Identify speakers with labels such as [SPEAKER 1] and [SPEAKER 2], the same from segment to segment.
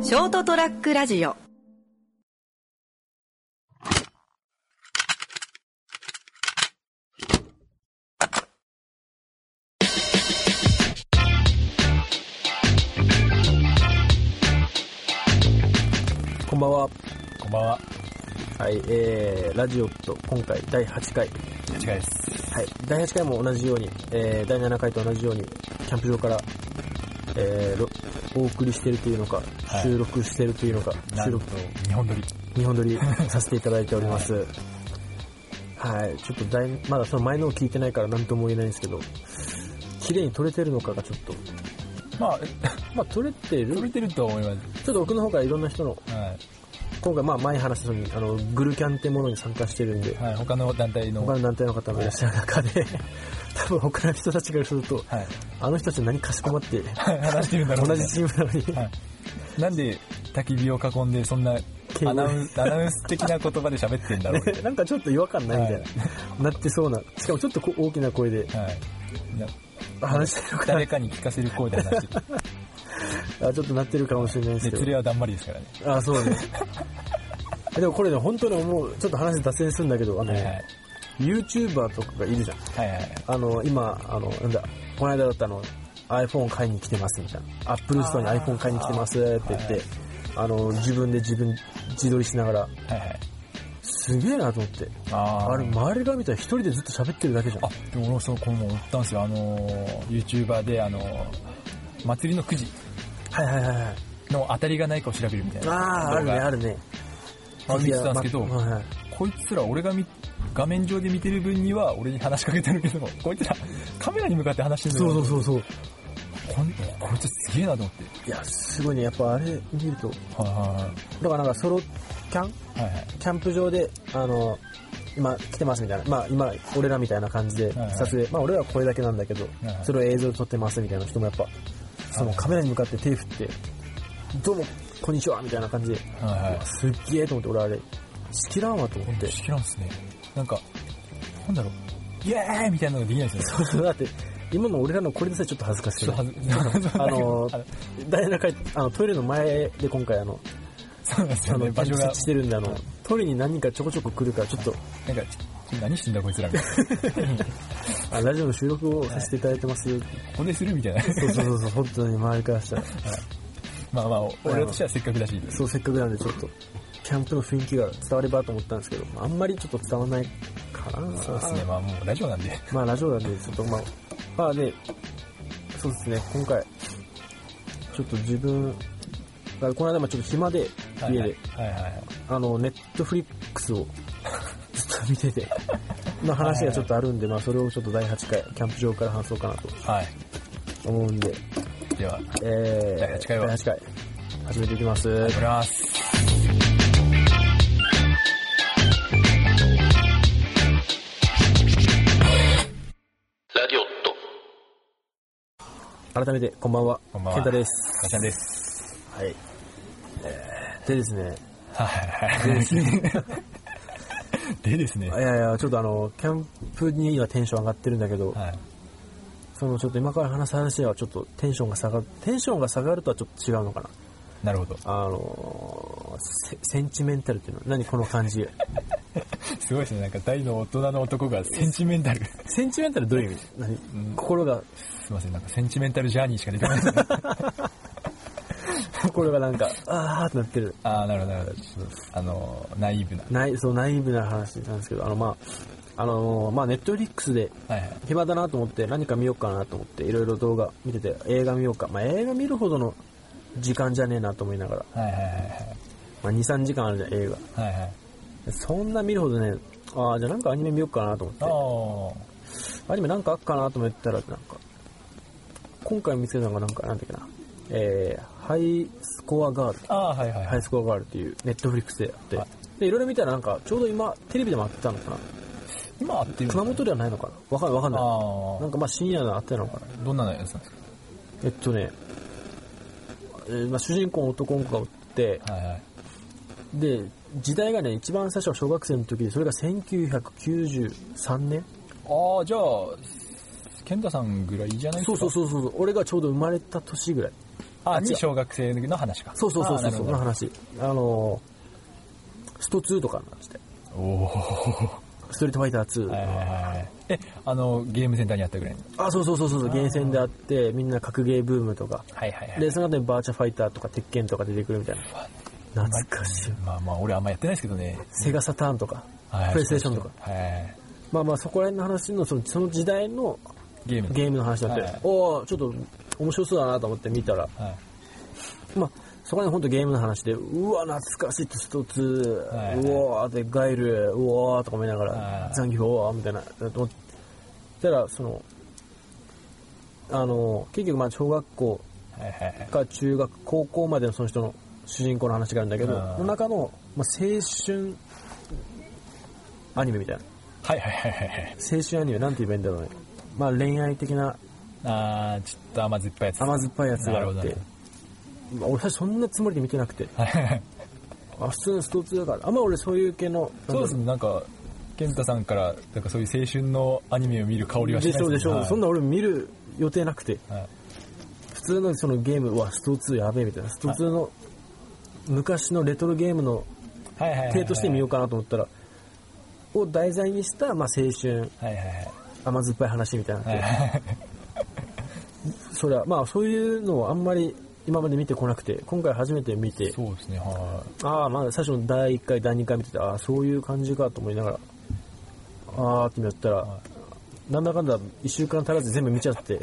[SPEAKER 1] ショートトラックラジオ
[SPEAKER 2] こんばんは。
[SPEAKER 3] こんばんは。
[SPEAKER 2] はい、えー、ラジオと今回第8回。
[SPEAKER 3] 違いです。
[SPEAKER 2] はい、第8回も同じように、えー、第7回と同じように、キャンプ場から、えー、ろお送りしてるというのか、
[SPEAKER 3] はい
[SPEAKER 2] 収録してるというのか、
[SPEAKER 3] な
[SPEAKER 2] 収
[SPEAKER 3] る
[SPEAKER 2] 録
[SPEAKER 3] ほ、ど。日本撮り。
[SPEAKER 2] 日本撮りさせていただいており ます。はい、ちょっとだい、まだその前のを聞いてないから何とも言えないんですけど、綺麗に撮れてるのかがちょっと、
[SPEAKER 3] まあ、
[SPEAKER 2] まあ撮れて
[SPEAKER 3] 撮れ
[SPEAKER 2] る
[SPEAKER 3] てると思いま
[SPEAKER 2] ちょっと奥の方からいろんな人の、
[SPEAKER 3] す。は
[SPEAKER 2] 今回まあ前話したように、あの、グルキャンってものに参加してるんで
[SPEAKER 3] い。、はい。他の団体の。
[SPEAKER 2] 他
[SPEAKER 3] はい。
[SPEAKER 2] の団体の方もいらっしゃる中で、多分他の人たちからすると、あの人たち何かしこまって、
[SPEAKER 3] 話してるんだろう、
[SPEAKER 2] 同
[SPEAKER 3] ね。
[SPEAKER 2] じチームなのに、
[SPEAKER 3] はい。なんで、焚き火を囲んで、そんな、
[SPEAKER 2] 敬語
[SPEAKER 3] アナウンス、アナウンス的な言葉で喋ってんだ ろう、
[SPEAKER 2] ねなんかちょっと違和感ないみたいな、なってそうな、しかもちょっとこう大きな声で
[SPEAKER 3] はい。な
[SPEAKER 2] 話してるのか
[SPEAKER 3] 誰かに聞かせる声で話してる。
[SPEAKER 2] な、あちょっとなってるかもしれないですけ
[SPEAKER 3] 熱
[SPEAKER 2] ど
[SPEAKER 3] 量。はだんまりですからね。
[SPEAKER 2] あ、そうね。でもこれね、本当にもう、ちょっと話脱線するんだけど、あの、
[SPEAKER 3] はいはい。
[SPEAKER 2] YouTuber とかがいるじゃん。
[SPEAKER 3] はいはいはい。
[SPEAKER 2] あの、今、あの、なんだ、この間だったの、iPhone 買いに来てますみたいな。Apple Store に iPhone 買いに来てますって言って、あの、自分で自分、自撮りしながら、
[SPEAKER 3] はいはい。
[SPEAKER 2] すげえなと思って。
[SPEAKER 3] あー
[SPEAKER 2] あれ、周りが見たら一人でずっと喋ってるだけじゃん。
[SPEAKER 3] あ、でも俺もそう、これも追ったんですよ。あのー、YouTuber で、あのー、祭りのくじ
[SPEAKER 2] はいはいはいはい。
[SPEAKER 3] の当たりがないかを調べるみたい
[SPEAKER 2] あ
[SPEAKER 3] な。
[SPEAKER 2] あ、あるね、あ
[SPEAKER 3] る。
[SPEAKER 2] るね。
[SPEAKER 3] あれ見てたんですけど、
[SPEAKER 2] いやまはいはい
[SPEAKER 3] こいつら俺が見画面上で見てる分には俺に話しかけてるけどこいつらカメラに向かって話してる
[SPEAKER 2] そうそう
[SPEAKER 3] う
[SPEAKER 2] そうそう。
[SPEAKER 3] こんこいつすげえなと思って
[SPEAKER 2] いや、すごいね。やっぱあれ見ると。
[SPEAKER 3] はいは
[SPEAKER 2] だからなんかソロキャン
[SPEAKER 3] いはいはいはい
[SPEAKER 2] キャンプ場で、あの、今来てますみたいな。まあ今、俺らみたいな感じで
[SPEAKER 3] はいはい
[SPEAKER 2] 撮影。まあ俺らはこれだけなんだけど
[SPEAKER 3] いは、い
[SPEAKER 2] それを映像で撮ってますみたいな人もやっぱ、そのカメラに向かって手振って、どうも、こんにちはみたいな感じで、
[SPEAKER 3] はいはい
[SPEAKER 2] すっげえと思って、俺あれ、好きだわと思って。
[SPEAKER 3] 知らんっすねなんかなんだろうイエーイみたいなのができないですよ
[SPEAKER 2] そ
[SPEAKER 3] ね
[SPEAKER 2] うそうだって、今の俺らのこれでさえちょっと恥ずかし
[SPEAKER 3] ちょ
[SPEAKER 2] い
[SPEAKER 3] っと。はず
[SPEAKER 2] あの、第7回、あの、トイレの前で今回あの、
[SPEAKER 3] そうなんです
[SPEAKER 2] あ
[SPEAKER 3] よね
[SPEAKER 2] の、
[SPEAKER 3] 場所
[SPEAKER 2] 設
[SPEAKER 3] が
[SPEAKER 2] 置してるんで、あの、トイレに何人かちょこちょこ来るから、ちょっと、
[SPEAKER 3] なんかち何してんだこいつらみたいな
[SPEAKER 2] あラジオの収録をさせていただいてます。
[SPEAKER 3] ここでするみたいな
[SPEAKER 2] そうそうそうそう、本当に周りからしたら。
[SPEAKER 3] まあまあ俺らとしてはせっかくだし
[SPEAKER 2] そう、せっかくなんでちょっと、キャンプの雰囲気が伝わればと思ったんですけど、あんまりちょっと伝わらないかな。
[SPEAKER 3] そうですねまあもうラジオなんで
[SPEAKER 2] まあ、ラジオなんで、ちょっとまあ、まあね、そうですね、今回、ちょっと自分、だからこの間もちょっと暇で、家で、
[SPEAKER 3] はいはいはいはい
[SPEAKER 2] あの、ネットフリックスを ずっと見てて、まあ話がちょっとあるんで、まあそれをちょっと第8回、キャンプ場から話そうかなと
[SPEAKER 3] はい
[SPEAKER 2] 思うんで、
[SPEAKER 3] では
[SPEAKER 2] えー、
[SPEAKER 3] 第八回は
[SPEAKER 2] 第8回、始めていきます。
[SPEAKER 3] おります。
[SPEAKER 4] ラディオット。
[SPEAKER 2] 改めて、こんばんは。
[SPEAKER 3] こんばんは
[SPEAKER 2] 健太です。
[SPEAKER 3] かちゃんです。
[SPEAKER 2] はい。えー、でですね、
[SPEAKER 3] はいはい。でですね。
[SPEAKER 2] い
[SPEAKER 3] はい。
[SPEAKER 2] やいや、ちょっとあの、キャンプに今テンション上がってるんだけど、そのちょっと今から話す話ではちょっとテンションが下がる、テンションが下がるとはちょっと違うのかな。
[SPEAKER 3] なるほど。
[SPEAKER 2] あのーセ、センチメンタルっていうの何この感じ。
[SPEAKER 3] すごいですね。なんか大の大人の男がセンチメンタル。す
[SPEAKER 2] センチメンタルどういう意味何、心が、
[SPEAKER 3] いません。なんかセンチメンタルジャーニーしか出てこないですね。
[SPEAKER 2] 心がなんか、あーってなってる。
[SPEAKER 3] ああ、なるほど、なるほど。あの、ナイーブな。
[SPEAKER 2] ない、そう、ナイーブな話なんですけど、あの、まあ、あのーまあ、ネットフリックスで、
[SPEAKER 3] はいはい。
[SPEAKER 2] 暇だなと思って、何か見ようかなと思って、いろいろ動画見てて、映画見ようか。まあ、映画見るほどの時間じゃねえなと思いながら、
[SPEAKER 3] はいはいはい
[SPEAKER 2] まあ、2、3時間あるじゃん、映画。
[SPEAKER 3] はい。はいはい。
[SPEAKER 2] そんな見るほどね、ああ、じゃあなんかアニメ見ようかなと
[SPEAKER 3] あ
[SPEAKER 2] 思っ
[SPEAKER 3] あ。は
[SPEAKER 2] て、アニメなんかあっかなと思ったら、なんか、今回見つけたのがなんか、なんだっけな、えー、ハイスコアガール。
[SPEAKER 3] あーはいはい
[SPEAKER 2] ハ
[SPEAKER 3] は
[SPEAKER 2] イ
[SPEAKER 3] い。
[SPEAKER 2] スコアガールっていうネットフリックスであって、
[SPEAKER 3] はい
[SPEAKER 2] で、いろいろ見たらなんか、ちょうど今、テレビでもあったのかな
[SPEAKER 3] 今合ってる
[SPEAKER 2] 熊本ではないのかなわかんない、わかんな
[SPEAKER 3] あ
[SPEAKER 2] い。なんかまあ深夜のあったのかな
[SPEAKER 3] あ。どんなのやつなんです
[SPEAKER 2] えっとね、えーまあ主人公の男の子がおって、
[SPEAKER 3] かはいはい。
[SPEAKER 2] で、時代がね、一番最初は小学生の時で、それが1993年
[SPEAKER 3] ああ、じゃあ、健太さんぐらいじゃないです
[SPEAKER 2] そ
[SPEAKER 3] か
[SPEAKER 2] うそうそうそう、俺がちょうど生まれた年ぐらい。
[SPEAKER 3] あ、
[SPEAKER 2] 違
[SPEAKER 3] に
[SPEAKER 2] う
[SPEAKER 3] 小学生の話か。
[SPEAKER 2] そうそうそうそう、
[SPEAKER 3] あーなる
[SPEAKER 2] そ
[SPEAKER 3] ほ
[SPEAKER 2] の
[SPEAKER 3] ど
[SPEAKER 2] 話。あの、スト2とかになってて、
[SPEAKER 3] おー
[SPEAKER 2] ストリートファイター2。
[SPEAKER 3] はいはいはいえ、あの、ゲームセンターにあったぐらいの。
[SPEAKER 2] あ、そうそうそうそうそう、ゲーセンであって、みんな格ゲーブームとか。
[SPEAKER 3] はいはいはい。
[SPEAKER 2] で、その後にバーチャファイターとか鉄拳とか出てくるみたいな。懐かしい。
[SPEAKER 3] まあまあ、俺あんまやってないですけどね。
[SPEAKER 2] セガサターンとか
[SPEAKER 3] は、い
[SPEAKER 2] プレイステーションとか。。
[SPEAKER 3] はい。
[SPEAKER 2] まあまあ、そこら辺の話の、そのその時代の
[SPEAKER 3] ゲーム。
[SPEAKER 2] ゲ
[SPEAKER 3] ー
[SPEAKER 2] ームの話だっ
[SPEAKER 3] はい
[SPEAKER 2] て、おおちょっと面白そうだなと思って見たら、
[SPEAKER 3] ム。はい。
[SPEAKER 2] まあ、そこら辺本当ゲームの話で、うわ、懐かしいってスト2、
[SPEAKER 3] はいはいう
[SPEAKER 2] わーで、ガイル、うわーとか思いなが
[SPEAKER 3] は
[SPEAKER 2] ら、
[SPEAKER 3] い
[SPEAKER 2] 残業、うわーみたいな、と思ってたら、その、あの、結局まあ、小学校、
[SPEAKER 3] はいはいは
[SPEAKER 2] か
[SPEAKER 3] い。
[SPEAKER 2] 中学高校までのその人の主人公の話があるんだけど
[SPEAKER 3] あー
[SPEAKER 2] の中の、まあ、青春アニメみたいな
[SPEAKER 3] はいはいはいはいはい。
[SPEAKER 2] 青春アニメなんて言えばいいんだろうね、まあ、恋愛的な
[SPEAKER 3] あー、ちょっと甘酸っぱいやつ。
[SPEAKER 2] 甘酸っぱいやつが
[SPEAKER 3] なる
[SPEAKER 2] あ
[SPEAKER 3] ほ
[SPEAKER 2] っ
[SPEAKER 3] ど
[SPEAKER 2] て、まあ、俺最初そんなつもりで見てなくて
[SPEAKER 3] はい
[SPEAKER 2] あ普通のストーツだからあんま俺そういう系の
[SPEAKER 3] そうですね、なんか、健太さんから、なんかそういう青春のアニメを見る香り
[SPEAKER 2] な
[SPEAKER 3] は
[SPEAKER 2] ん
[SPEAKER 3] し
[SPEAKER 2] で
[SPEAKER 3] な
[SPEAKER 2] し
[SPEAKER 3] い
[SPEAKER 2] ょうでしょう、そんな
[SPEAKER 3] は
[SPEAKER 2] 俺見る予定なくて
[SPEAKER 3] いはい
[SPEAKER 2] 普通のそのゲームうわスト2やべえみたいなスト2の昔のレトロゲームの
[SPEAKER 3] はいはいはいはい。
[SPEAKER 2] 手として見ようかなと思ったらを題材にした、まあ、青春
[SPEAKER 3] はいはいはい。
[SPEAKER 2] 甘酸っぱい話みたいなの
[SPEAKER 3] は
[SPEAKER 2] っ
[SPEAKER 3] い
[SPEAKER 2] て
[SPEAKER 3] はいはい
[SPEAKER 2] それはまあそういうのをあんまり今まで見てこなくて今回初めて見て
[SPEAKER 3] そうですね、は
[SPEAKER 2] ああまあ最初の第1回第2回見ててああそういう感じかと思いながらああってやったらなんだかんだ1週間足らず全部見ちゃって
[SPEAKER 3] い。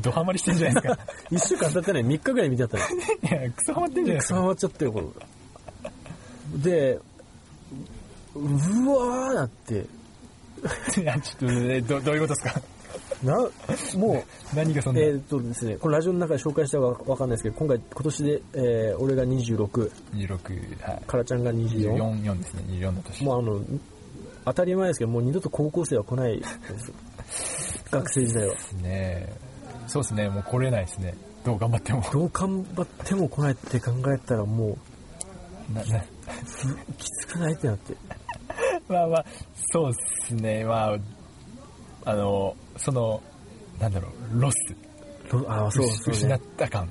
[SPEAKER 3] ドハマりしてんじゃないですか。
[SPEAKER 2] 1週間経ってない3日ぐらい見ちゃったの
[SPEAKER 3] いや、クソハマってんじゃないです
[SPEAKER 2] 収
[SPEAKER 3] か。
[SPEAKER 2] まっちゃってよこのでうわーだって
[SPEAKER 3] いや、ちょっと、えどどういうことですか。
[SPEAKER 2] なもう
[SPEAKER 3] 何 がそんな。
[SPEAKER 2] えーっとですね、このラジオの中で紹介したかわかんないですけど、今回、今年で、えー俺が26、
[SPEAKER 3] 26、はい。
[SPEAKER 2] カラちゃんが24、
[SPEAKER 3] 24、4ですね、24の年。
[SPEAKER 2] もうあの、当たり前ですけど、もう二度と高校生は来 ないです。学生時代は。
[SPEAKER 3] ねそうですね、もう来れないですね。どう頑張っても。
[SPEAKER 2] どう頑張っても来ないって考えたら、も
[SPEAKER 3] なな
[SPEAKER 2] う、きつくないってなって。
[SPEAKER 3] まあまあ、そうですね、まあ、あの、その、なんだろう、ロス。
[SPEAKER 2] どあーそうそう、
[SPEAKER 3] 失
[SPEAKER 2] ね
[SPEAKER 3] っ。た感。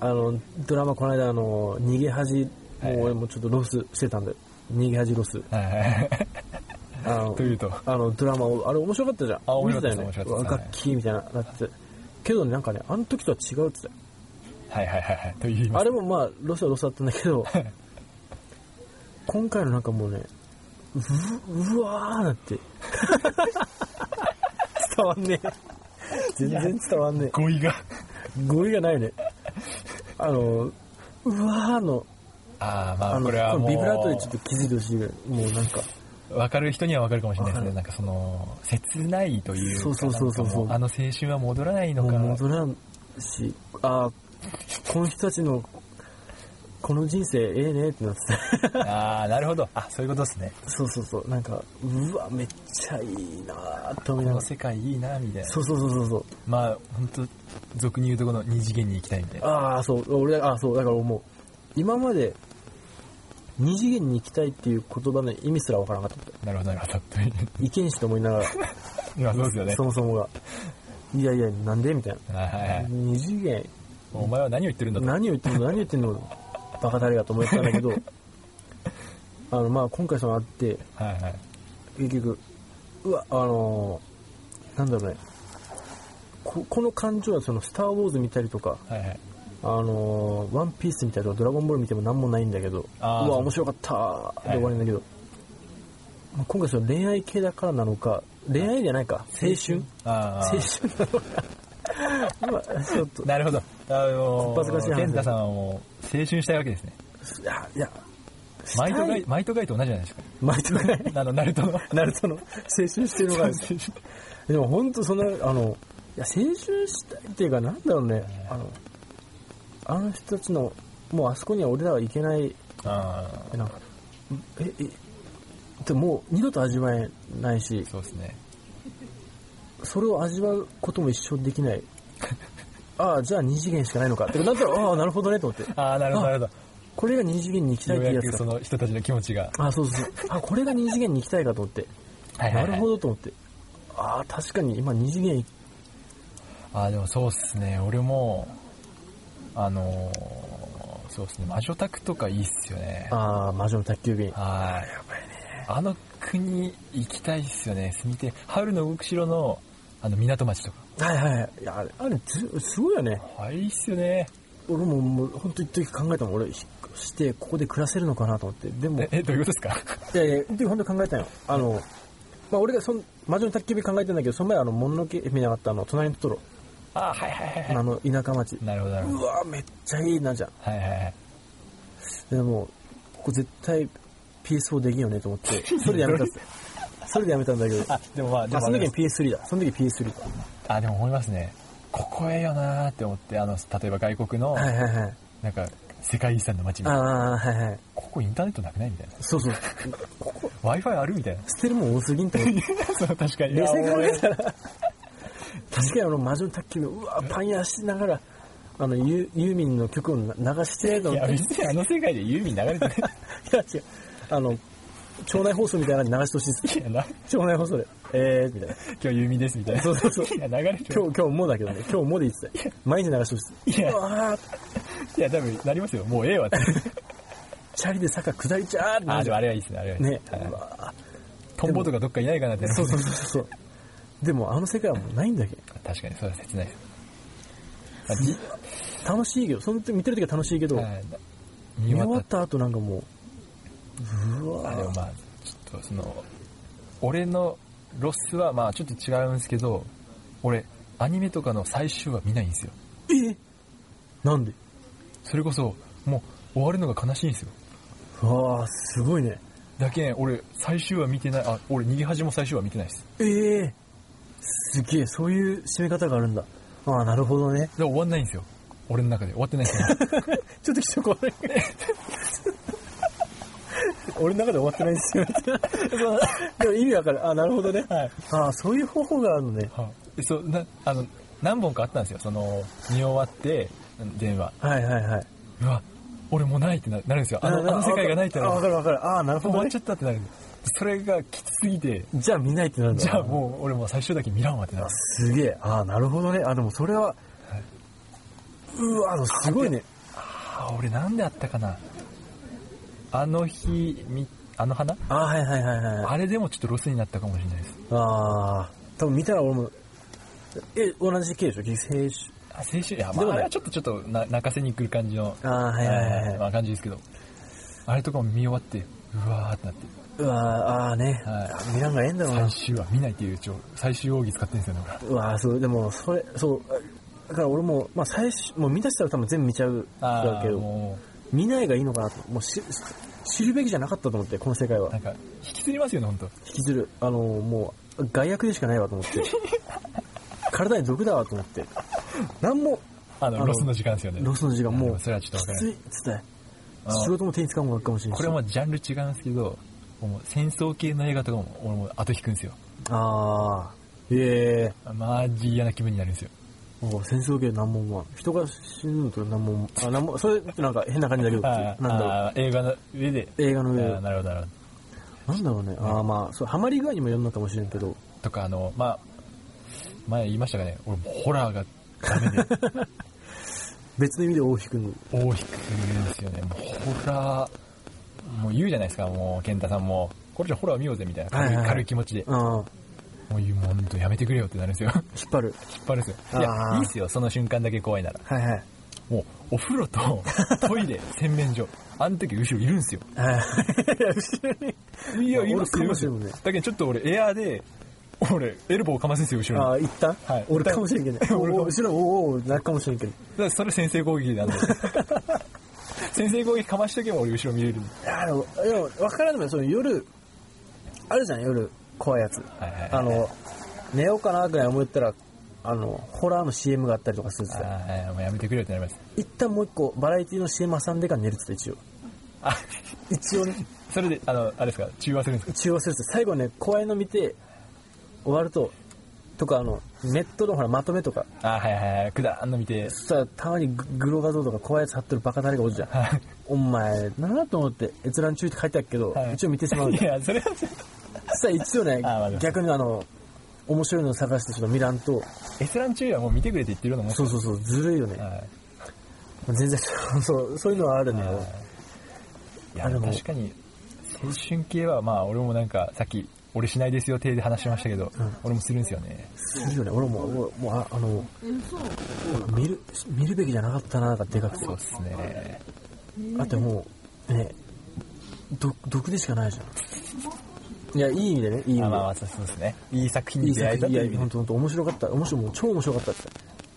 [SPEAKER 2] あの、ドラマ、この間、あの、逃げ恥、も
[SPEAKER 3] はいう
[SPEAKER 2] 俺もちょっとロスしてたんで、逃げ恥ロス。
[SPEAKER 3] はいはい
[SPEAKER 2] あの
[SPEAKER 3] というと。
[SPEAKER 2] あのドラマをあれ面白かったじゃん
[SPEAKER 3] あ面白かった
[SPEAKER 2] 見てたよね
[SPEAKER 3] 面白かった
[SPEAKER 2] 楽器みたいななっててけどねなんかねあの時とは違うって言って
[SPEAKER 3] はいはいはいはい。と言い
[SPEAKER 2] た
[SPEAKER 3] ま
[SPEAKER 2] あ
[SPEAKER 3] す。
[SPEAKER 2] れもまあロスはロスだったんだけど今回のなんかもうねううわーなって伝わんねえ全然伝わんね
[SPEAKER 3] 語彙が。
[SPEAKER 2] え語彙がないねあのうわーの
[SPEAKER 3] ああ、ま
[SPEAKER 2] あ
[SPEAKER 3] あ、
[SPEAKER 2] の
[SPEAKER 3] これはもう。
[SPEAKER 2] ビブラートでちょっと気づいてほしいぐらいもうなんか
[SPEAKER 3] わかる人にはわかるかもしれないですね。なんかその、切ないというか。
[SPEAKER 2] そうそうそうそうそう
[SPEAKER 3] なんかもあの青春は戻らないの
[SPEAKER 2] もう
[SPEAKER 3] か。
[SPEAKER 2] 戻らんし、ああ、この人たちの、この人生ええねってなってた。
[SPEAKER 3] ああ、なるほど。あ、そういうことですね。
[SPEAKER 2] そうそうそう、なんか、うわ、めっちゃいいなーって思いなが
[SPEAKER 3] この
[SPEAKER 2] ら。
[SPEAKER 3] 世界いいな、みたいな。
[SPEAKER 2] そうそうそうそうそう。
[SPEAKER 3] まあ、本当俗に言うとこの二次元に行きたいみたいな。
[SPEAKER 2] ああ、そう、俺、ああ、そう、だから思う。今まで、二次元に行きたいっていう言葉の意味すらわからなかった。
[SPEAKER 3] なるほど、なるほど。という
[SPEAKER 2] 意見しと思いなが
[SPEAKER 3] ま あ、そうです
[SPEAKER 2] ら、
[SPEAKER 3] よね
[SPEAKER 2] そ。もそもが。いやいや、なんでみたいな。
[SPEAKER 3] はいはいはい。
[SPEAKER 2] 二次元、
[SPEAKER 3] お前は何を言ってるんだと。
[SPEAKER 2] 何を言ってんの何を言ってんのバカ誰がと思ってたんだけ どあのまあ今回そのあって
[SPEAKER 3] はいはい。
[SPEAKER 2] 結局うわあのーなんだろうねここの感情はその「スター・ウォーズ」見たりとか
[SPEAKER 3] はいはい。
[SPEAKER 2] 「あのーワンピース」見たりとか「ドラゴンボール」見ても何もないんだけどう
[SPEAKER 3] あー
[SPEAKER 2] わ面白かったーで終わりなんだけど、まあ今回その恋愛系だからなのか恋愛じゃないか青春
[SPEAKER 3] ああ
[SPEAKER 2] 青。春 なのかうわちょっと
[SPEAKER 3] なるほど。あの
[SPEAKER 2] 恥ずかしい話
[SPEAKER 3] 健太さんはもう、青春したいわけですね。
[SPEAKER 2] いやいや
[SPEAKER 3] マイトガ
[SPEAKER 2] した
[SPEAKER 3] イ
[SPEAKER 2] い、
[SPEAKER 3] マイトガイと同じじゃないですか。
[SPEAKER 2] 毎度がない
[SPEAKER 3] あの、ナルトの。
[SPEAKER 2] ナルトの青春してるのがある
[SPEAKER 3] そうそう
[SPEAKER 2] でも本当そのあのいや青春したいっていうかなんだろうねあのあの人たちのもうあそこには俺らはいけない
[SPEAKER 3] あ
[SPEAKER 2] なんかええでもう二度と味わえないし
[SPEAKER 3] あ、そうですね。
[SPEAKER 2] それを味わうことも一生できない ああじゃあ二次元しかないのかってなったらああなるほどねと思って
[SPEAKER 3] ああ、なるほど、なるほ
[SPEAKER 2] これが二次元に行きた
[SPEAKER 3] ど。
[SPEAKER 2] い
[SPEAKER 3] よ
[SPEAKER 2] っ
[SPEAKER 3] う
[SPEAKER 2] ていうや
[SPEAKER 3] やく
[SPEAKER 2] つ
[SPEAKER 3] そ
[SPEAKER 2] か
[SPEAKER 3] の人たちの気持ちが。
[SPEAKER 2] ああそうそうそうあこれが二次元に行きたいかと思って
[SPEAKER 3] はいはい
[SPEAKER 2] な
[SPEAKER 3] はい
[SPEAKER 2] るほどと思ってああ確かに今二次元行
[SPEAKER 3] ああ、でもそうっすね。俺も、あのーそうですね、魔女宅とかいいっすよね。
[SPEAKER 2] ああ、魔女の宅急便。
[SPEAKER 3] はい。やばいね。あの国行きたいっすよね。住みて、春の動く城の、あの、港町とか。
[SPEAKER 2] はいはい。いや、あれ、あれずすごいよね。
[SPEAKER 3] あれいいっすよね。
[SPEAKER 2] 俺ももう、本当一時考えたもん。俺、引っ越して、ここで暮らせるのかなと思って。でも、
[SPEAKER 3] え、
[SPEAKER 2] い
[SPEAKER 3] えどういうことですか
[SPEAKER 2] やいや、で、本当考えたよ。あの、まあ、俺がそん、魔女の宅急便考えてんだけど、その前、あの、もののけ姫なかった、あの、隣のトトロ、
[SPEAKER 3] あー、はいはいはい
[SPEAKER 2] あ
[SPEAKER 3] は
[SPEAKER 2] の、田舎町
[SPEAKER 3] い。。なるほど、なるほ
[SPEAKER 2] う
[SPEAKER 3] ど。
[SPEAKER 2] わめっちゃいいな、じゃん。
[SPEAKER 3] はいはいはい。
[SPEAKER 2] でも、ここ絶対 PS4 できんよねと思って、それでやめたっす。 それでやめたんだけど。
[SPEAKER 3] あ、でもまあ、で
[SPEAKER 2] あ、そ
[SPEAKER 3] もあ
[SPEAKER 2] の
[SPEAKER 3] れ
[SPEAKER 2] 時
[SPEAKER 3] で
[SPEAKER 2] に
[SPEAKER 3] す
[SPEAKER 2] PS3 だ。その時 PS3 だ。
[SPEAKER 3] あ、でも思いますね。ここええよなーって思って、あの、例えば外国の、
[SPEAKER 2] はいはいはい。
[SPEAKER 3] なんか、世界遺産の街み
[SPEAKER 2] あ
[SPEAKER 3] たいな。
[SPEAKER 2] あ、はいはい。
[SPEAKER 3] ここインターネットなくないみたいな。
[SPEAKER 2] そうそう。。
[SPEAKER 3] Wi-Fi あるみたいな
[SPEAKER 2] 捨てるもん多すぎんと思って。
[SPEAKER 3] そう、確かに。
[SPEAKER 2] 冷静
[SPEAKER 3] い
[SPEAKER 2] に
[SPEAKER 3] や
[SPEAKER 2] 考
[SPEAKER 3] もう
[SPEAKER 2] えたら、確かにあの、魔女の宅急便、うわパン屋しながら、あの、ユユーミンの曲を流して、と
[SPEAKER 3] い
[SPEAKER 2] 思っ
[SPEAKER 3] や、
[SPEAKER 2] て。い
[SPEAKER 3] 別にあの世界でユーミン流れてない。
[SPEAKER 2] や、違う。あの、町内放送みたいなの流してほしいっす。
[SPEAKER 3] いや、な、
[SPEAKER 2] 町内放送で。えー、みたいな。
[SPEAKER 3] 今日ユーミンですみたいな。
[SPEAKER 2] そうそうそう
[SPEAKER 3] いや、流れてる
[SPEAKER 2] 今。日、今日もだけどね。今日もで言ってたよ。毎日流してほしいっす。
[SPEAKER 3] いや
[SPEAKER 2] うわー
[SPEAKER 3] いや、多分、なりますよ。もうえ えわって。
[SPEAKER 2] チャリで坂下りちゃーってな
[SPEAKER 3] あ、
[SPEAKER 2] る
[SPEAKER 3] で
[SPEAKER 2] じ
[SPEAKER 3] も
[SPEAKER 2] ゃん
[SPEAKER 3] あれはいいですね、あれはいい
[SPEAKER 2] ね
[SPEAKER 3] はいう
[SPEAKER 2] わ
[SPEAKER 3] トンボとかどっかいないかなって。
[SPEAKER 2] そうそうそうそうでもあの世界はもうないんだけど
[SPEAKER 3] 確かに、それは切ないです。あじ
[SPEAKER 2] 楽しいけどその時見てる時は楽しいけど、
[SPEAKER 3] はい見
[SPEAKER 2] 見
[SPEAKER 3] 終
[SPEAKER 2] 終
[SPEAKER 3] わ
[SPEAKER 2] わ
[SPEAKER 3] っ。
[SPEAKER 2] ったた後なんかもうう
[SPEAKER 3] あでも
[SPEAKER 2] わ
[SPEAKER 3] まあ、ちょっとその、俺のロスはまあちょっと違うんですけど、俺、アニメとかの最終話見ないんですよ。
[SPEAKER 2] えなんで
[SPEAKER 3] それこそ、もう終わるのが悲しいんですよ。
[SPEAKER 2] うわあすごいね
[SPEAKER 3] だけん、俺、最終話見てない、あ、俺、逃げ恥も最終話見てないです。
[SPEAKER 2] ええすげえそういう締め方があるんだああなるほどね
[SPEAKER 3] だから終わんないんですよ。俺の中で終わってないですよ。
[SPEAKER 2] ちょっと気色悪い俺の中で終わってないんです よでも意味わかるああなるほどね、
[SPEAKER 3] はい
[SPEAKER 2] ああそういう方法があるのね
[SPEAKER 3] はい、そうなあの何本かあったんですよその見終わって電話
[SPEAKER 2] はいはいはいう
[SPEAKER 3] わ俺もうないってななるんですよあのあの世界がないって
[SPEAKER 2] あ、
[SPEAKER 3] な
[SPEAKER 2] わ
[SPEAKER 3] る
[SPEAKER 2] かるわかる。ああ、なるほ
[SPEAKER 3] 終
[SPEAKER 2] ど
[SPEAKER 3] わっ
[SPEAKER 2] ね
[SPEAKER 3] ち。ゃったってなるそれがきつすぎて
[SPEAKER 2] じゃあ見ないってなるんだ。
[SPEAKER 3] じゃあもう俺もう最終だけ見らんわってなる
[SPEAKER 2] すげえ。ああ、なるほどね。あ、でもそれは、うわ、あの、すごいね。
[SPEAKER 3] あ俺なんであったかなあの日みあの花
[SPEAKER 2] ああ、はいはいはいはい。
[SPEAKER 3] あれでもちょっとロスになったかもしれないです
[SPEAKER 2] ああ、多分見たら俺も、え、同じ系でしょ犠牲種。
[SPEAKER 3] あ青春いや、ま
[SPEAKER 2] でも
[SPEAKER 3] あ、
[SPEAKER 2] ね
[SPEAKER 3] あれはちょっとちょっとな泣かせに来る感じの
[SPEAKER 2] ああ、はいはいはいはい。
[SPEAKER 3] まあ、感じですけどあれとかも見終わってうわーってなって
[SPEAKER 2] うわあ、ああね。
[SPEAKER 3] は
[SPEAKER 2] 見らんがええんだろうな
[SPEAKER 3] 最。終話見ないっていう一応最終奥義使ってるんですよね
[SPEAKER 2] うわあ、そう、でも、それ、そう。だから俺も、まあ最初、もう見出したら多分全部見ちゃう
[SPEAKER 3] 俺
[SPEAKER 2] だけど、
[SPEAKER 3] も
[SPEAKER 2] 見ないがいいのかなと。もうし知るべきじゃなかったと思って、この世界は
[SPEAKER 3] うな。んか引きずりますよね本当
[SPEAKER 2] 引きずる。あの、もう、外役でしかないわと思 って。体に毒だわと思って。なんも、
[SPEAKER 3] あの
[SPEAKER 2] あの
[SPEAKER 3] ロスの時間ですよね
[SPEAKER 2] ロスの時間
[SPEAKER 3] あ
[SPEAKER 2] も
[SPEAKER 3] で
[SPEAKER 2] う、
[SPEAKER 3] それはちょっとわ
[SPEAKER 2] き
[SPEAKER 3] から
[SPEAKER 2] つ
[SPEAKER 3] ない
[SPEAKER 2] いっつって。
[SPEAKER 3] あの
[SPEAKER 2] 仕事も手につかんもんかもしれないし。
[SPEAKER 3] これはもうジャンル違うんですけどもう戦争系の映画とかも俺もう後引くんですよ
[SPEAKER 2] あー、え
[SPEAKER 3] マジ嫌な気分になるんですよ
[SPEAKER 2] えもう戦争系難問は。人が死ぬのと難問。あ、難問、それってなんか変な感じだけど、な
[SPEAKER 3] あ
[SPEAKER 2] ん
[SPEAKER 3] ー
[SPEAKER 2] だろう。
[SPEAKER 3] あー映画の上で
[SPEAKER 2] 映画の上で
[SPEAKER 3] あーなるほどなるほど
[SPEAKER 2] なんだろうね。あーまあ、そう、ハマり具合にもよるのかもしれんけど。
[SPEAKER 3] とかあのまあ前言いましたかね俺もうホラーがダメで
[SPEAKER 2] 別の意味で大引くの。
[SPEAKER 3] 大引くんですよねもうホラーもう言うじゃないですかもう健太さんもこれじゃホラー見ようぜみたいな軽い,、
[SPEAKER 2] はいはいはい
[SPEAKER 3] 軽い気持ちで
[SPEAKER 2] あー
[SPEAKER 3] もう言うもう本当やめてくれよってなるんですよ。
[SPEAKER 2] 引っ張る。
[SPEAKER 3] 引っ張るんです
[SPEAKER 2] あ
[SPEAKER 3] よ。いや、
[SPEAKER 2] ー
[SPEAKER 3] いいっすよ、その瞬間だけ怖いなら。
[SPEAKER 2] はいはい。
[SPEAKER 3] もう、お風呂 とトイレ、洗面所。あの時後ろいるんすよ。
[SPEAKER 2] はい。後ろに。
[SPEAKER 3] い
[SPEAKER 2] や い
[SPEAKER 3] る
[SPEAKER 2] ま
[SPEAKER 3] ん
[SPEAKER 2] すよいますよ
[SPEAKER 3] だけどちょっと俺エアーで、俺、エルボーかますんすよ、後ろに。
[SPEAKER 2] あ
[SPEAKER 3] だ
[SPEAKER 2] あ、行った
[SPEAKER 3] はい
[SPEAKER 2] 俺かもしれんけどね。お
[SPEAKER 3] 俺か
[SPEAKER 2] お後ろ、おお、なるかもしれんけど。
[SPEAKER 3] からそれ先制攻撃なん で。先制攻撃かましとけば俺後ろ見れる。
[SPEAKER 2] いや、でも、でも分からんでもないその夜、あるじゃん、夜、怖いやつ。
[SPEAKER 3] はいはいはい
[SPEAKER 2] あの、寝ようかなぐらい思ったら、あの、ホラーの CM があったりとかするっつ
[SPEAKER 3] あ
[SPEAKER 2] ってた。
[SPEAKER 3] ーはいもうやめてくれよってなります。
[SPEAKER 2] 一旦もう一個、バラエティの CM 挟んでから寝るっつって、一応。
[SPEAKER 3] あ、
[SPEAKER 2] 一応ね、
[SPEAKER 3] それで、あの、あれですか、中和するんですか
[SPEAKER 2] 一応するっつって最後ね、怖いの見て、終わると、とか、あの、ネットのほら、まとめとか、
[SPEAKER 3] あー、はいはいはい、くだーんの見て。
[SPEAKER 2] さ、たまにググロ画像とか怖いやつ貼ってるバカ誰かおるじゃん。
[SPEAKER 3] はい
[SPEAKER 2] お前、なんだと思って、閲覧注意って書いてあるけど、
[SPEAKER 3] はい
[SPEAKER 2] 一応見てし まうじゃん
[SPEAKER 3] いや、それはちょっ
[SPEAKER 2] さあ一応ね
[SPEAKER 3] あわかりま、した
[SPEAKER 2] 逆にあの、面白いのを探してちょっと見らんと、
[SPEAKER 3] と、閲覧注意はもう見てくれって言ってるようなもん
[SPEAKER 2] そうそうそう、ずるいよね。
[SPEAKER 3] はい
[SPEAKER 2] 全然、そう、そういうのはあるのよ。
[SPEAKER 3] いや
[SPEAKER 2] あでも
[SPEAKER 3] 確かに青春系はまあ俺もなんかさっき俺しないですよ手で話しましたけど、俺もするんですよね
[SPEAKER 2] するよね。俺も、もう、もうああの、見る、見るべきじゃなかったな、がでかくて
[SPEAKER 3] そう。っすね
[SPEAKER 2] あともう、ね、毒、毒でしかないじゃん。いや、いい意味でね、いい意
[SPEAKER 3] あ
[SPEAKER 2] 味
[SPEAKER 3] まあ
[SPEAKER 2] で
[SPEAKER 3] まあそうですねいい作品。
[SPEAKER 2] い
[SPEAKER 3] に
[SPEAKER 2] い
[SPEAKER 3] 出会えた
[SPEAKER 2] 作
[SPEAKER 3] と
[SPEAKER 2] 品、
[SPEAKER 3] いう意
[SPEAKER 2] いや、
[SPEAKER 3] 味で
[SPEAKER 2] ほんとほんと、面白かった。面白い、もう超面白かったって。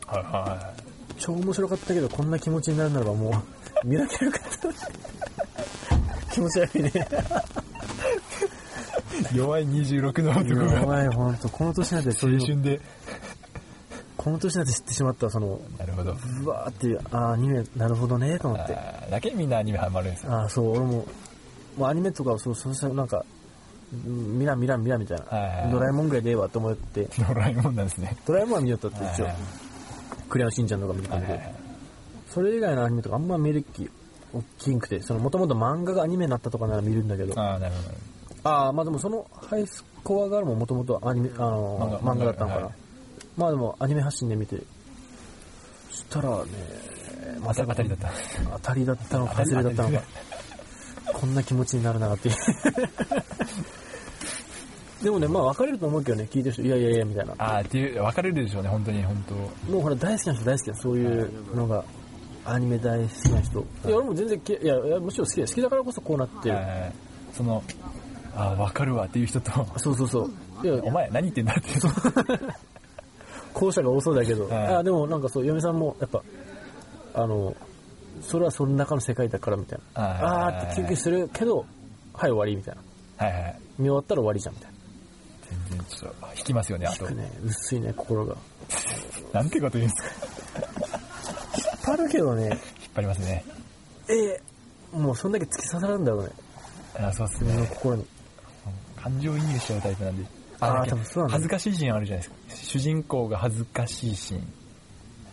[SPEAKER 3] はいはい
[SPEAKER 2] 超面白かったけど、こんな気持ちになるならばもう、 見なきゃよかった。気持ち悪いね。
[SPEAKER 3] 弱い26の男が
[SPEAKER 2] お前、ほんと、この年になって、そうい
[SPEAKER 3] 青
[SPEAKER 2] う、
[SPEAKER 3] 春で
[SPEAKER 2] この年になって知ってしまった、その、
[SPEAKER 3] なるほど
[SPEAKER 2] うわーっていう、あーアニメ、なるほどね、と思
[SPEAKER 3] あ
[SPEAKER 2] って。
[SPEAKER 3] ーだけみんなアニメハマるんですよ
[SPEAKER 2] ああ、そう、俺も、もうアニメとかはそう、そうしたらなんか、うん見らん見らん見らんみたい
[SPEAKER 3] はいはいは
[SPEAKER 2] な。
[SPEAKER 3] い
[SPEAKER 2] ドラえもんぐらいでええわと思って、
[SPEAKER 3] ドラえもんなんですね
[SPEAKER 2] ドラえもんは見よったって一応
[SPEAKER 3] はいはい、
[SPEAKER 2] クレヨンしんちゃんとか見てたんだけ
[SPEAKER 3] は
[SPEAKER 2] ど
[SPEAKER 3] いはい、
[SPEAKER 2] それ以外のアニメとかあんま見る気、大きんくて、その、もともと漫画がアニメになったとかなら見るんだけど、
[SPEAKER 3] ああなるほど
[SPEAKER 2] ああ、まあでもそのハイスコアガールももともとアニメ、あのー、
[SPEAKER 3] 漫画
[SPEAKER 2] 漫画だったのかな。
[SPEAKER 3] はい
[SPEAKER 2] まあでもアニメ発信で見て、そしたらね、ま
[SPEAKER 3] 当た
[SPEAKER 2] さ
[SPEAKER 3] 当
[SPEAKER 2] か
[SPEAKER 3] たりだった
[SPEAKER 2] 当たりだったのか、外れだったのか、こんな気持ちになるなっていう。 でもね、まあ別れると思うけどね、聞いてる人、いやいやいや、みたいな。
[SPEAKER 3] ああっていう分かれるでしょうね本当に本当
[SPEAKER 2] もうほら大好きな人大好きだそういうのが、アニメ大好きな人。いや、俺も全然け、いや、いやむしろ好きだ。好きだからこそこうなってる。
[SPEAKER 3] はいそのああ分かるわっていう 人と
[SPEAKER 2] そうそうそう。いや
[SPEAKER 3] お前何言ってんだって いう
[SPEAKER 2] 後者が多そうだけど、
[SPEAKER 3] はい
[SPEAKER 2] あでもなんかそう嫁さんもやっぱあのそれはその中の世界だからみたいな、
[SPEAKER 3] はい
[SPEAKER 2] あーって休憩するけどはい終わりみたいな
[SPEAKER 3] はいはい
[SPEAKER 2] 見終わったら終わりじゃんみたい
[SPEAKER 3] 全然ちょっと引きますよねあと
[SPEAKER 2] な、ね、薄いね心が
[SPEAKER 3] なんてこと言うんですか
[SPEAKER 2] あるけどね
[SPEAKER 3] 引っ張りますね
[SPEAKER 2] えーもうそんだけ突き刺さるんだろうね
[SPEAKER 3] あそうっす
[SPEAKER 2] 自分の
[SPEAKER 3] ね
[SPEAKER 2] 心に
[SPEAKER 3] 感情移入しちゃうタイプなんで
[SPEAKER 2] あー
[SPEAKER 3] だっけ
[SPEAKER 2] 多分そうなんだ
[SPEAKER 3] 恥ずかしいシーンあるじゃないですか主人公が恥ずかしいシーン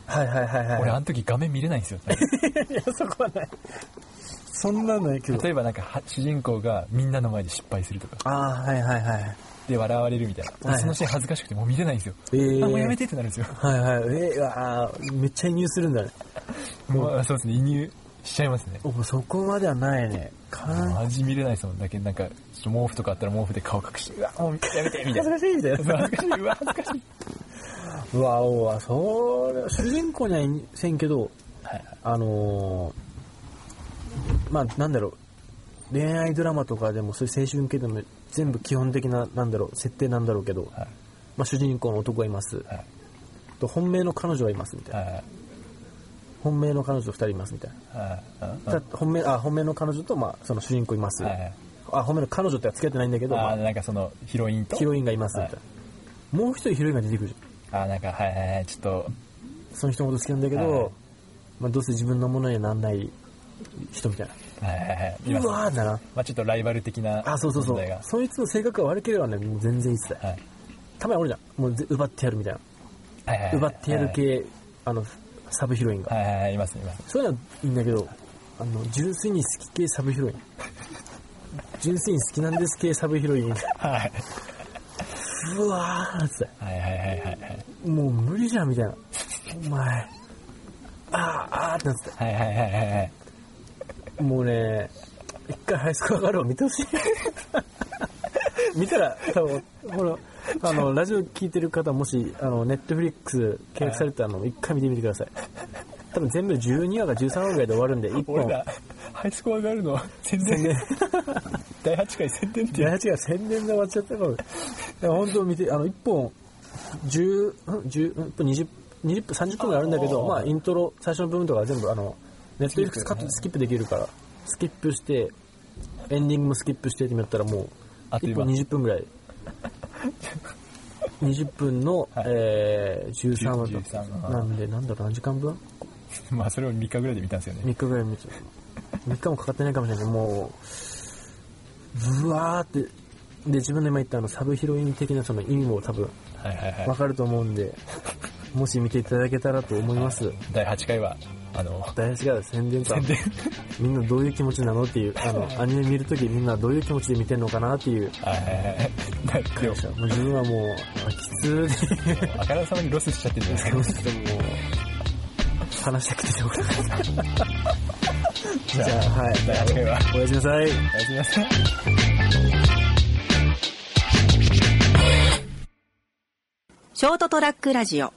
[SPEAKER 2] はいはいはいはい
[SPEAKER 3] 俺あの時画面見れないんです よ
[SPEAKER 2] いやそこはないそんなのないけど
[SPEAKER 3] 例えばなんかは主人公がみんなの前で失敗するとか
[SPEAKER 2] ああーはいはいはい
[SPEAKER 3] で笑われるみたいな
[SPEAKER 2] はいは
[SPEAKER 3] 俺
[SPEAKER 2] い
[SPEAKER 3] そのシーン恥ずかしくてもう見れないんですよ
[SPEAKER 2] えー
[SPEAKER 3] あもうやめてってなるんですよ
[SPEAKER 2] はいはいえー、あーめっちゃ移入するんだね
[SPEAKER 3] もうあそうですね移入しちゃいますね
[SPEAKER 2] おそこまではないねかん
[SPEAKER 3] マジ見れないですもんだけどなんかちょっと毛布とかあったら毛布で顔隠してうわもうやめてみたい
[SPEAKER 2] 恥ず か
[SPEAKER 3] な
[SPEAKER 2] しいみたいな
[SPEAKER 3] そう恥ずかしいうわ恥ずかしいう
[SPEAKER 2] わおわそれ主人公にはいんせんけど
[SPEAKER 3] はい
[SPEAKER 2] あのーまあなんだろう恋愛ドラマとかでもそういう青春系でも全部基本的ななんだろう設定なんだろうけど、
[SPEAKER 3] はい
[SPEAKER 2] まあ、主人公の男がいます、
[SPEAKER 3] はい
[SPEAKER 2] と本命の彼女がいますみたいな、
[SPEAKER 3] はい
[SPEAKER 2] 本命の彼女2人いますみたい
[SPEAKER 3] はいはい
[SPEAKER 2] な、だ本命あ本命の彼女と、まあ、その主人公います、
[SPEAKER 3] はいはい
[SPEAKER 2] あ本命の彼女っては付き合ってないんだけど、ま
[SPEAKER 3] あ
[SPEAKER 2] あ
[SPEAKER 3] ーなんかそのヒロインと
[SPEAKER 2] ヒロインがいますみたいな、もう一人ヒロインが出てくるじゃん
[SPEAKER 3] あーなんかはいはいはいちょっと
[SPEAKER 2] その人のこと好きなんだけど、
[SPEAKER 3] はい
[SPEAKER 2] まあ、どうせ自分のものにはなんない人みたいな。
[SPEAKER 3] はいはいはいいうます
[SPEAKER 2] わーだな。
[SPEAKER 3] まあちょっとライバル的な
[SPEAKER 2] あ、そうそうそ
[SPEAKER 3] 問題
[SPEAKER 2] う
[SPEAKER 3] が。
[SPEAKER 2] そいつの性格が悪ければね、もう全然いいっすね
[SPEAKER 3] はい
[SPEAKER 2] たまに俺じゃん。もうぜ奪ってやるみたいな。
[SPEAKER 3] はいはいはい
[SPEAKER 2] 奪ってやる系、あの、サブヒロインが。
[SPEAKER 3] はいはいはいいますいます
[SPEAKER 2] そういうのはいいんだけど、あの、純粋に好き系サブヒロイン。純粋に好きなんです系サブヒロイン。
[SPEAKER 3] はいう
[SPEAKER 2] わーっつっ
[SPEAKER 3] はいはいはいはいはい
[SPEAKER 2] て。もう無理じゃんみたいな。お前。あー、あーってなって
[SPEAKER 3] はいはいはいはいはい
[SPEAKER 2] た。もうね、一回ハイスコアガールを見てほしい。見たら、多分、この、あの、ラジオ聞いてる方、もし、あの、ネットフリックス契約されたの、一回見てみてください。多分全部12話か13話ぐらいで終わるんで、1
[SPEAKER 3] 俺
[SPEAKER 2] 本。
[SPEAKER 3] らハイスコアがあるの宣伝
[SPEAKER 2] ね、
[SPEAKER 3] 第8回宣伝っていう
[SPEAKER 2] 18が宣伝で終わっちゃったから、いや本当見て、あの、1本、10、うん10、うん20、20分、30分ぐらいあるんだけど、まあ、イントロ、最初の部分とか全部、あの、ネットフリックスカットでスキップできるから、スキップして、エンディングもスキップしてってやったらもう、
[SPEAKER 3] あっとい
[SPEAKER 2] 1
[SPEAKER 3] う間
[SPEAKER 2] 本20分ぐらい。20分の、
[SPEAKER 3] はい
[SPEAKER 2] えー、13話と
[SPEAKER 3] 13話
[SPEAKER 2] なんで、なんだろう、何時間分
[SPEAKER 3] まあそれを3日ぐらいで見たんですよね
[SPEAKER 2] ?3 日ぐらい見て。3日もかかってないかもしれないけど、もう、ぶわーって、で、自分で今言ったあの、サブヒロイン的なその意味も多分、
[SPEAKER 3] はいはいはい
[SPEAKER 2] わかると思うんで、もし見ていただけたらと思います。
[SPEAKER 3] 第8回はあの
[SPEAKER 2] 大事が宣伝か
[SPEAKER 3] 宣伝
[SPEAKER 2] みんなどういう気持ちなのっていう、あの、アニメ見るときみんなどういう気持ちで見てんのかなっていう、
[SPEAKER 3] はいはいはいだっても
[SPEAKER 2] もう自分はもう、あきつーって
[SPEAKER 3] うあからさまにロスしちゃってるじゃないですか
[SPEAKER 2] どうしても、話したくてしょうがない。
[SPEAKER 3] じ
[SPEAKER 2] じゃあ、はい。
[SPEAKER 3] 第8回は
[SPEAKER 2] おやすみなさい。
[SPEAKER 3] おやすみなさい
[SPEAKER 1] ショートトラックラジオ